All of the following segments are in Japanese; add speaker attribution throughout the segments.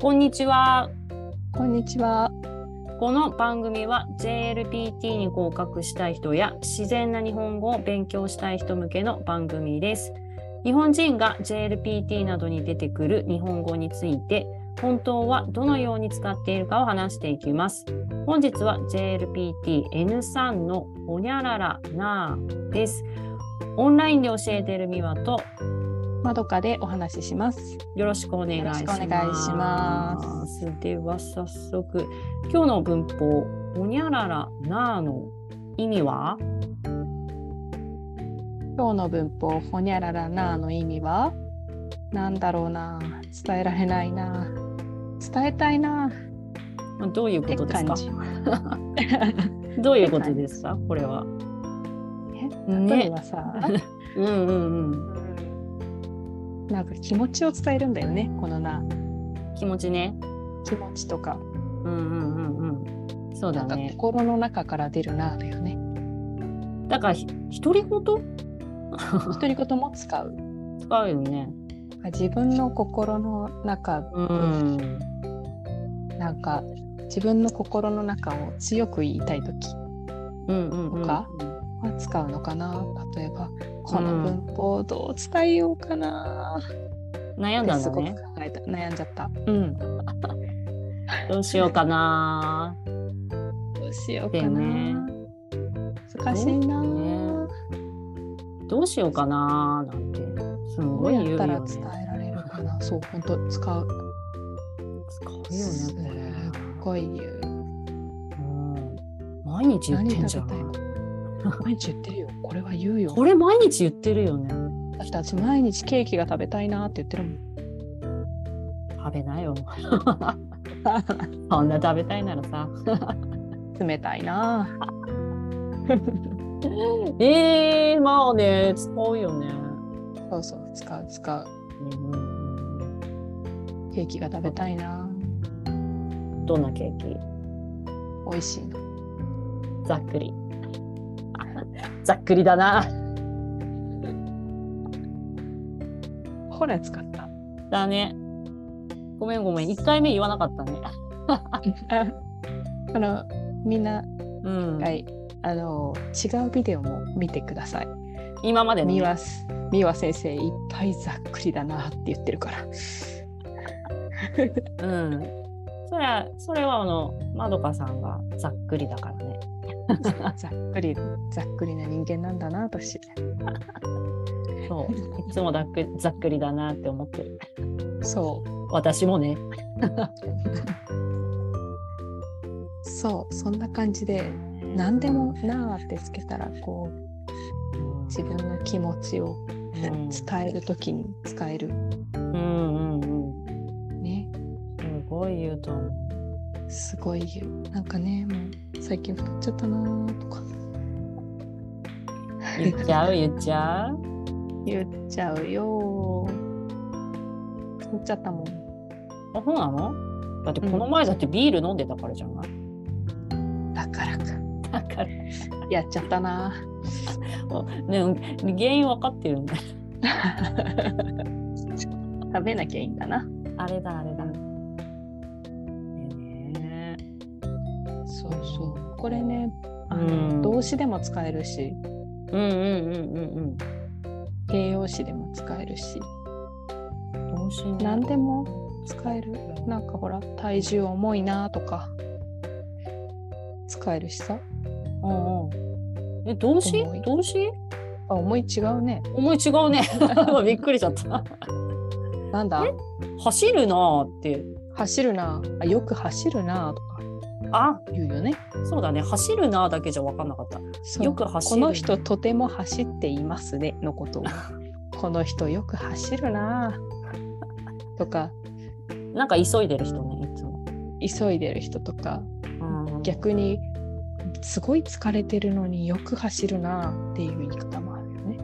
Speaker 1: こんにちは。
Speaker 2: こんにちは。
Speaker 1: この番組は JLPT に合格したい人や自然な日本語を勉強したい人向けの番組です。日本人が JLPT などに出てくる日本語について本当はどのように使っているかを話していきます。本日は JLPTN3 のほにゃららなあです。オンラインで教えているみわと
Speaker 2: まどかでお話しします。
Speaker 1: よろしくお願いします。。
Speaker 2: よろしくお願いします
Speaker 1: では早速今日の文法「ほにゃららなあ」の意味は
Speaker 2: 今日の文法ほにゃららなあの意味はなんだろうなあ伝えられないなあ伝えたいなあっ
Speaker 1: まあどういうこ
Speaker 2: て
Speaker 1: とです
Speaker 2: 感
Speaker 1: か
Speaker 2: じ。
Speaker 1: どういうことですかこれは。
Speaker 2: え例 えばさ、
Speaker 1: うんうんうん。
Speaker 2: なんか気持ちを伝えるんだよねこのな
Speaker 1: 気持ちね。
Speaker 2: 気持ちとか、
Speaker 1: うんうんうんうん。そう
Speaker 2: な
Speaker 1: だ
Speaker 2: んか
Speaker 1: ね。
Speaker 2: 心の中から出るなあだよ ね。
Speaker 1: だからひ独り言
Speaker 2: 独り言も使う。
Speaker 1: 使うよね。
Speaker 2: 自分の心の中
Speaker 1: うん。
Speaker 2: なんか自分の心の中を強く言いたい時。
Speaker 1: うんうん、うん。
Speaker 2: とかは使うのかな例えばこの文法をどう伝えようかなっ
Speaker 1: 悩んだ
Speaker 2: て
Speaker 1: ん
Speaker 2: す
Speaker 1: だ
Speaker 2: ごく考
Speaker 1: ね。
Speaker 2: えた、悩んじゃったうんど
Speaker 1: どうしようかな。
Speaker 2: うしようかな、
Speaker 1: だよね
Speaker 2: 難しいな、
Speaker 1: ねどうしようかななんて。す
Speaker 2: ど
Speaker 1: ご
Speaker 2: う
Speaker 1: い
Speaker 2: や
Speaker 1: 言う
Speaker 2: っ
Speaker 1: よ
Speaker 2: たら
Speaker 1: ね。
Speaker 2: 伝えられるかなそう本当使う
Speaker 1: 使うよね
Speaker 2: すっ
Speaker 1: こ
Speaker 2: ごい言う
Speaker 1: れ。うん毎日言ってんじゃ
Speaker 2: 何食
Speaker 1: ん。
Speaker 2: 毎日言ってるよこれは言うよ
Speaker 1: これ毎日言ってるよね。
Speaker 2: だって私毎日ケーキが食べたいなって言ってるもん
Speaker 1: 食べ なよ。そんな食べたいならさ。
Speaker 2: 冷たいな
Speaker 1: ええー、まあね、使うよね。
Speaker 2: そうそう使う使う
Speaker 1: うん
Speaker 2: ケーキが食べたいな
Speaker 1: どんなケーキ
Speaker 2: 美味しいの
Speaker 1: ざっくり。 ざっくりだな。
Speaker 2: ほら使った
Speaker 1: だね。ごめんごめん。1回目言わなかったね。
Speaker 2: あ あのみんな、
Speaker 1: うん。
Speaker 2: はい、あの違うビデオも見てください。
Speaker 1: 今まで
Speaker 2: み
Speaker 1: ね。
Speaker 2: わすみわ先生いっぱいざっくりだなって言って るから。
Speaker 1: うん。それは、それはあの、まどかさんがざっくりだからね。
Speaker 2: ざっくりざっくりな人間なんだな私。
Speaker 1: そう。 いつもざっくざっくりだなって思ってる。
Speaker 2: そう
Speaker 1: 私もね。
Speaker 2: そうそんな感じで何でもなあってつけたらこう自分の気持ちを
Speaker 1: うん
Speaker 2: 伝えるときに使える
Speaker 1: うんうんうん。
Speaker 2: ね。
Speaker 1: すごい言うと思
Speaker 2: すごいよなんかねもう最近太っちゃったなあとか
Speaker 1: う。言っちゃう、言っちゃう。
Speaker 2: 言っちゃうよ太っちゃったもん。
Speaker 1: あ、そうなのだってこの前だってビール飲んでたからじゃない、
Speaker 2: だからか。
Speaker 1: だから、
Speaker 2: やっちゃったな。
Speaker 1: ね、原因分かってるんだ。
Speaker 2: 食べなきゃいいんだな。
Speaker 1: あれだ、あれだ。ね
Speaker 2: そうそう。これね、あ
Speaker 1: う
Speaker 2: の
Speaker 1: ん
Speaker 2: 動詞でも使えるし、
Speaker 1: うんうんうんうん
Speaker 2: 形容詞でも使えるし、
Speaker 1: うん。どうしよう
Speaker 2: 何でも使える。なんかほら、体重重いなとか、使えるしさ。
Speaker 1: うんうん。え、動詞
Speaker 2: 重い
Speaker 1: 動詞
Speaker 2: あ、重い違うね。
Speaker 1: 思い違うね。 びっくりしちゃった。
Speaker 2: なんだ
Speaker 1: 走るなーって。
Speaker 2: 走るなあ。よく走るなとか
Speaker 1: あ、
Speaker 2: 言うよね。
Speaker 1: そうだね。走るなーだけじゃ分かんなかった。
Speaker 2: そう
Speaker 1: よく走
Speaker 2: こ
Speaker 1: る
Speaker 2: の人とても走っていますねの ことをこの人よく走るなあとか
Speaker 1: なんか急いでる人ね、いつも。
Speaker 2: 急いでる人とか
Speaker 1: うん
Speaker 2: 逆にすごい疲れてるのによく走るなっていう言い方もあるよね。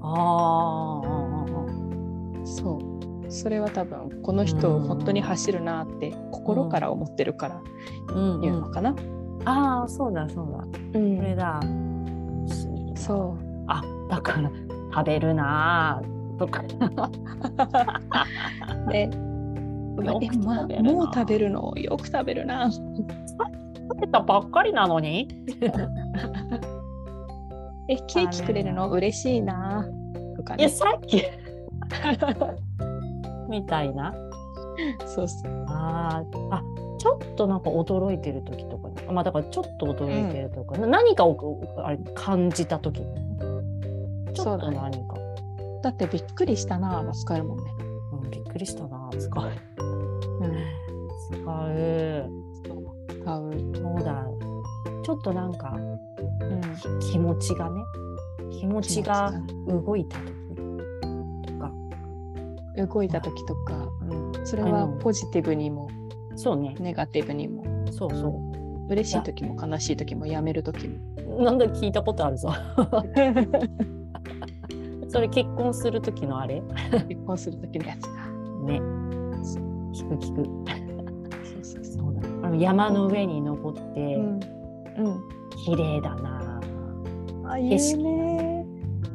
Speaker 1: あーあー、あー
Speaker 2: そうそれは多分この人
Speaker 1: うん
Speaker 2: 本当に走るなって心から思ってるから
Speaker 1: あーうん
Speaker 2: 言う
Speaker 1: う
Speaker 2: のかな。
Speaker 1: ん。ああ、そうだ、そうだ。
Speaker 2: うん
Speaker 1: これだ。
Speaker 2: そ
Speaker 1: あ、だから、食べるなーとか。
Speaker 2: うでまあでもまあもう食べるのよく食べるな。
Speaker 1: 食べたばっかりなのに
Speaker 2: えケーキくれるの嬉しいなとか
Speaker 1: いや
Speaker 2: ね。
Speaker 1: さっき みたいな
Speaker 2: そうそう。
Speaker 1: あーあちょっとなんか驚いてる時とかねまあだからちょっと驚いてるとか、な何かをあれ感じた時ち
Speaker 2: そ
Speaker 1: ょ
Speaker 2: う
Speaker 1: っ
Speaker 2: だ
Speaker 1: と
Speaker 2: ね
Speaker 1: 何か
Speaker 2: だってびっくりしたなは使えるもんね。
Speaker 1: う、ん、びっくりしたな使う
Speaker 2: うん
Speaker 1: 使う
Speaker 2: 使う。
Speaker 1: そうだちょっとなんか
Speaker 2: うん
Speaker 1: き気持ちがね気持ちが動いた時とか、
Speaker 2: 動いた時とか、
Speaker 1: う
Speaker 2: それはポジティブにも
Speaker 1: ん、そうね
Speaker 2: ネガティブにも
Speaker 1: そうそ
Speaker 2: 嬉しい時も悲しい時もやめる時も。
Speaker 1: うなんだ聞いたことあるぞ それ結婚する時のあれ
Speaker 2: 結婚する時のやつが。
Speaker 1: ね聞く聞く
Speaker 2: そうそうそ
Speaker 1: そうだあの山の上に登って、
Speaker 2: う。うん。
Speaker 1: 綺麗だな
Speaker 2: うん。あ、
Speaker 1: 景
Speaker 2: 言
Speaker 1: 色
Speaker 2: うね。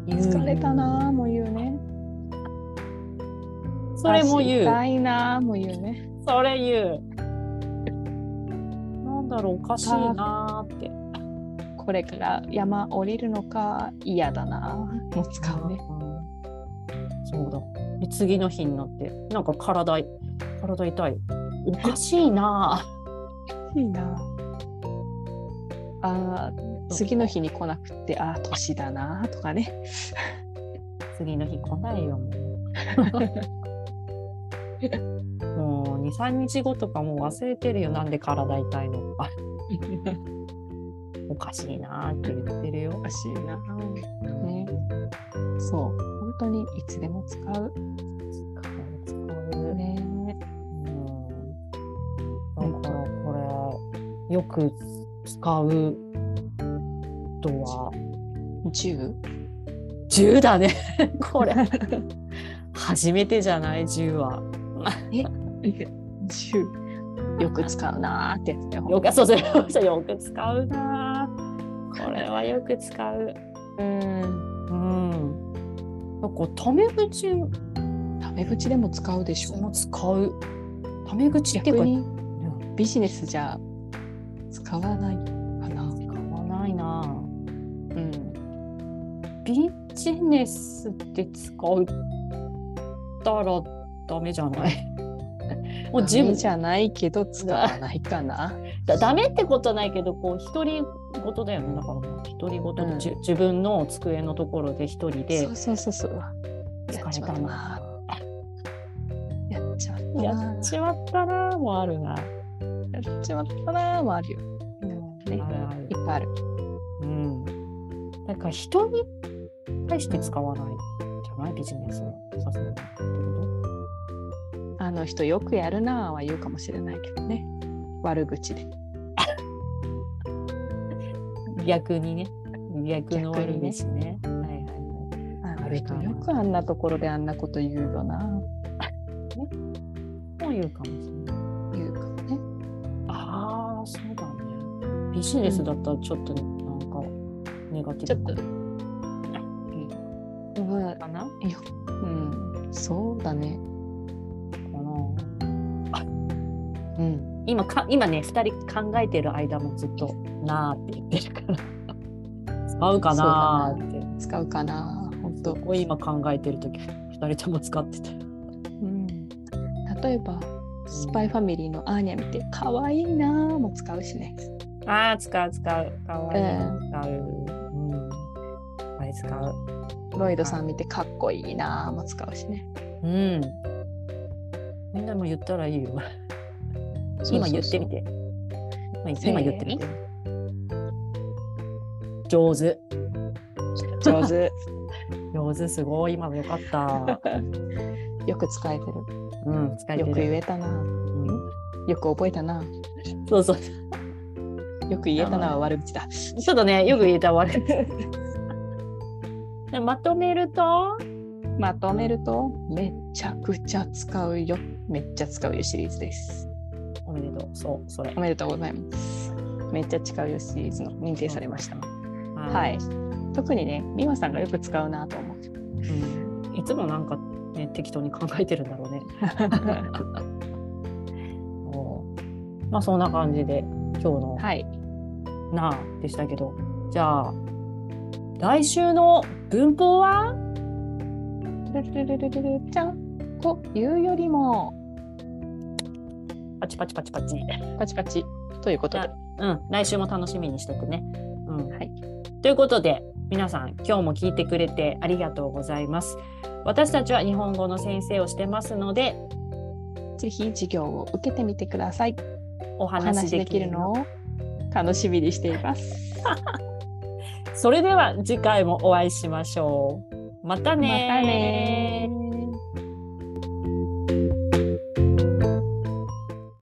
Speaker 1: 言う
Speaker 2: 疲れたなも言うね。
Speaker 1: それも言う
Speaker 2: 痛いなも言うね。
Speaker 1: それ言うなんだろうおかしいなーって
Speaker 2: これから山降りるのか嫌だなも使うね。
Speaker 1: うんそうだで次の日になってなんか体い体痛いおかしいなぁ
Speaker 2: いいなあー 次の日に来なくってあー年だなとかね。
Speaker 1: 次の日来ない よもうもう23日後とかもう忘れてるよなんで体痛いの かおかしいなぁって言ってるよ
Speaker 2: お、かしいな。ね。そう。本当にいつでも使う。
Speaker 1: 使う
Speaker 2: ね。
Speaker 1: うんだからこれよく使うとは
Speaker 2: 10?
Speaker 1: 銃だね これ初めてじゃない銃は
Speaker 2: 10。よく使うなーってやつだよ。
Speaker 1: よくそうそうそうよく使うなこれはよく使う
Speaker 2: うん。
Speaker 1: うんなんかタメ口
Speaker 2: タメ口でも使うでしょ。
Speaker 1: も使うタメ口って
Speaker 2: 逆
Speaker 1: いうか
Speaker 2: に
Speaker 1: うん
Speaker 2: ビジネスじゃ使わないかな。
Speaker 1: 使わないな
Speaker 2: うん。
Speaker 1: ビジネスで使ったらダメじゃない もう
Speaker 2: ダ
Speaker 1: ジ
Speaker 2: メ
Speaker 1: ム
Speaker 2: じゃないけど使わないかな。
Speaker 1: だダメってことはないけどこう独り言だよねだからもう独り言で、じゅ自分の机のところで一人で
Speaker 2: そうそうそうそう。
Speaker 1: 疲れたな
Speaker 2: やっちまったな。
Speaker 1: やっちまったなもあるな、
Speaker 2: やっちまったなもあるよ。ね
Speaker 1: あるある
Speaker 2: いっぱいある。
Speaker 1: うんだから人に対して使わないじゃないビジネスはさすがにってこ
Speaker 2: あの人よくやるなは言うかもしれないけどね。悪口で。
Speaker 1: と逆にね逆の悪口ねねはいはいはい
Speaker 2: あ
Speaker 1: あ
Speaker 2: の
Speaker 1: るか
Speaker 2: 人
Speaker 1: な
Speaker 2: よくあんなところであんなこと言うよな。
Speaker 1: もう言うかもしれない。
Speaker 2: 言うかもね。
Speaker 1: ああ、そうだね。ビジネスだったらちょっとなんかネガティブ
Speaker 2: ちょっと。まあ
Speaker 1: かなか
Speaker 2: うん。そうだね。
Speaker 1: な。
Speaker 2: うん。
Speaker 1: 今か今ね二人考えてる間もずっとなーって言って るから。使うかなーって。
Speaker 2: 使うかな。本当。
Speaker 1: ここ今考えてる時二人とも使ってた。
Speaker 2: うん、例えば「スパイファミリー」のアーニャ見て「かわいいな」も使うしね
Speaker 1: ああ使う使う。かわ
Speaker 2: いい
Speaker 1: 使う。うん。あれ使う。
Speaker 2: ロイドさん見て「かっこいいな」も使うしね
Speaker 1: うん。みんなも言ったらいいよ。今言ってみて。まあ
Speaker 2: せー
Speaker 1: 今
Speaker 2: の
Speaker 1: 言ってみて。上手。
Speaker 2: 上手
Speaker 1: 上手すごい。今のよか った。
Speaker 2: よく使えてる
Speaker 1: うん、使えて
Speaker 2: よ
Speaker 1: る。
Speaker 2: く言えたな
Speaker 1: うん
Speaker 2: よく覚えたな
Speaker 1: そうそう。
Speaker 2: よく言えたなは悪口だ
Speaker 1: ちょっとね、よく言えたわ。悪い でまとめると、
Speaker 2: まとめると「めちゃくちゃ使うよ」「めっちゃ使うよ」シリーズです
Speaker 1: おめでとう。そう、それ
Speaker 2: お。めでとうございますめっちゃ使うよシリーズの認定されましたは
Speaker 1: はい
Speaker 2: 特にね美和さんがよく使うなと思う
Speaker 1: い。うんいつもなんかね、適当に考えてるんだろうね。まあそんな感じで今日の
Speaker 2: はい。
Speaker 1: 「なあ」でしたけど、じゃあ来週の文法は
Speaker 2: ルルルルルルじゃん。というよりも、
Speaker 1: パチパチパチパ チ。
Speaker 2: パチパチということで。
Speaker 1: うん、来週も楽しみにしててね。うん
Speaker 2: はい
Speaker 1: ということで皆さん今日も聞いてくれてありがとうございます。私たちは日本語の先生をしてますので
Speaker 2: ぜひ授業を受けてみてください。
Speaker 1: お
Speaker 2: お
Speaker 1: 話
Speaker 2: 話
Speaker 1: で
Speaker 2: で
Speaker 1: き
Speaker 2: き
Speaker 1: る
Speaker 2: る
Speaker 1: の
Speaker 2: のを楽しみにしています。
Speaker 1: それでは次回もお会いしましょう。また
Speaker 2: また
Speaker 1: ねー
Speaker 2: ねー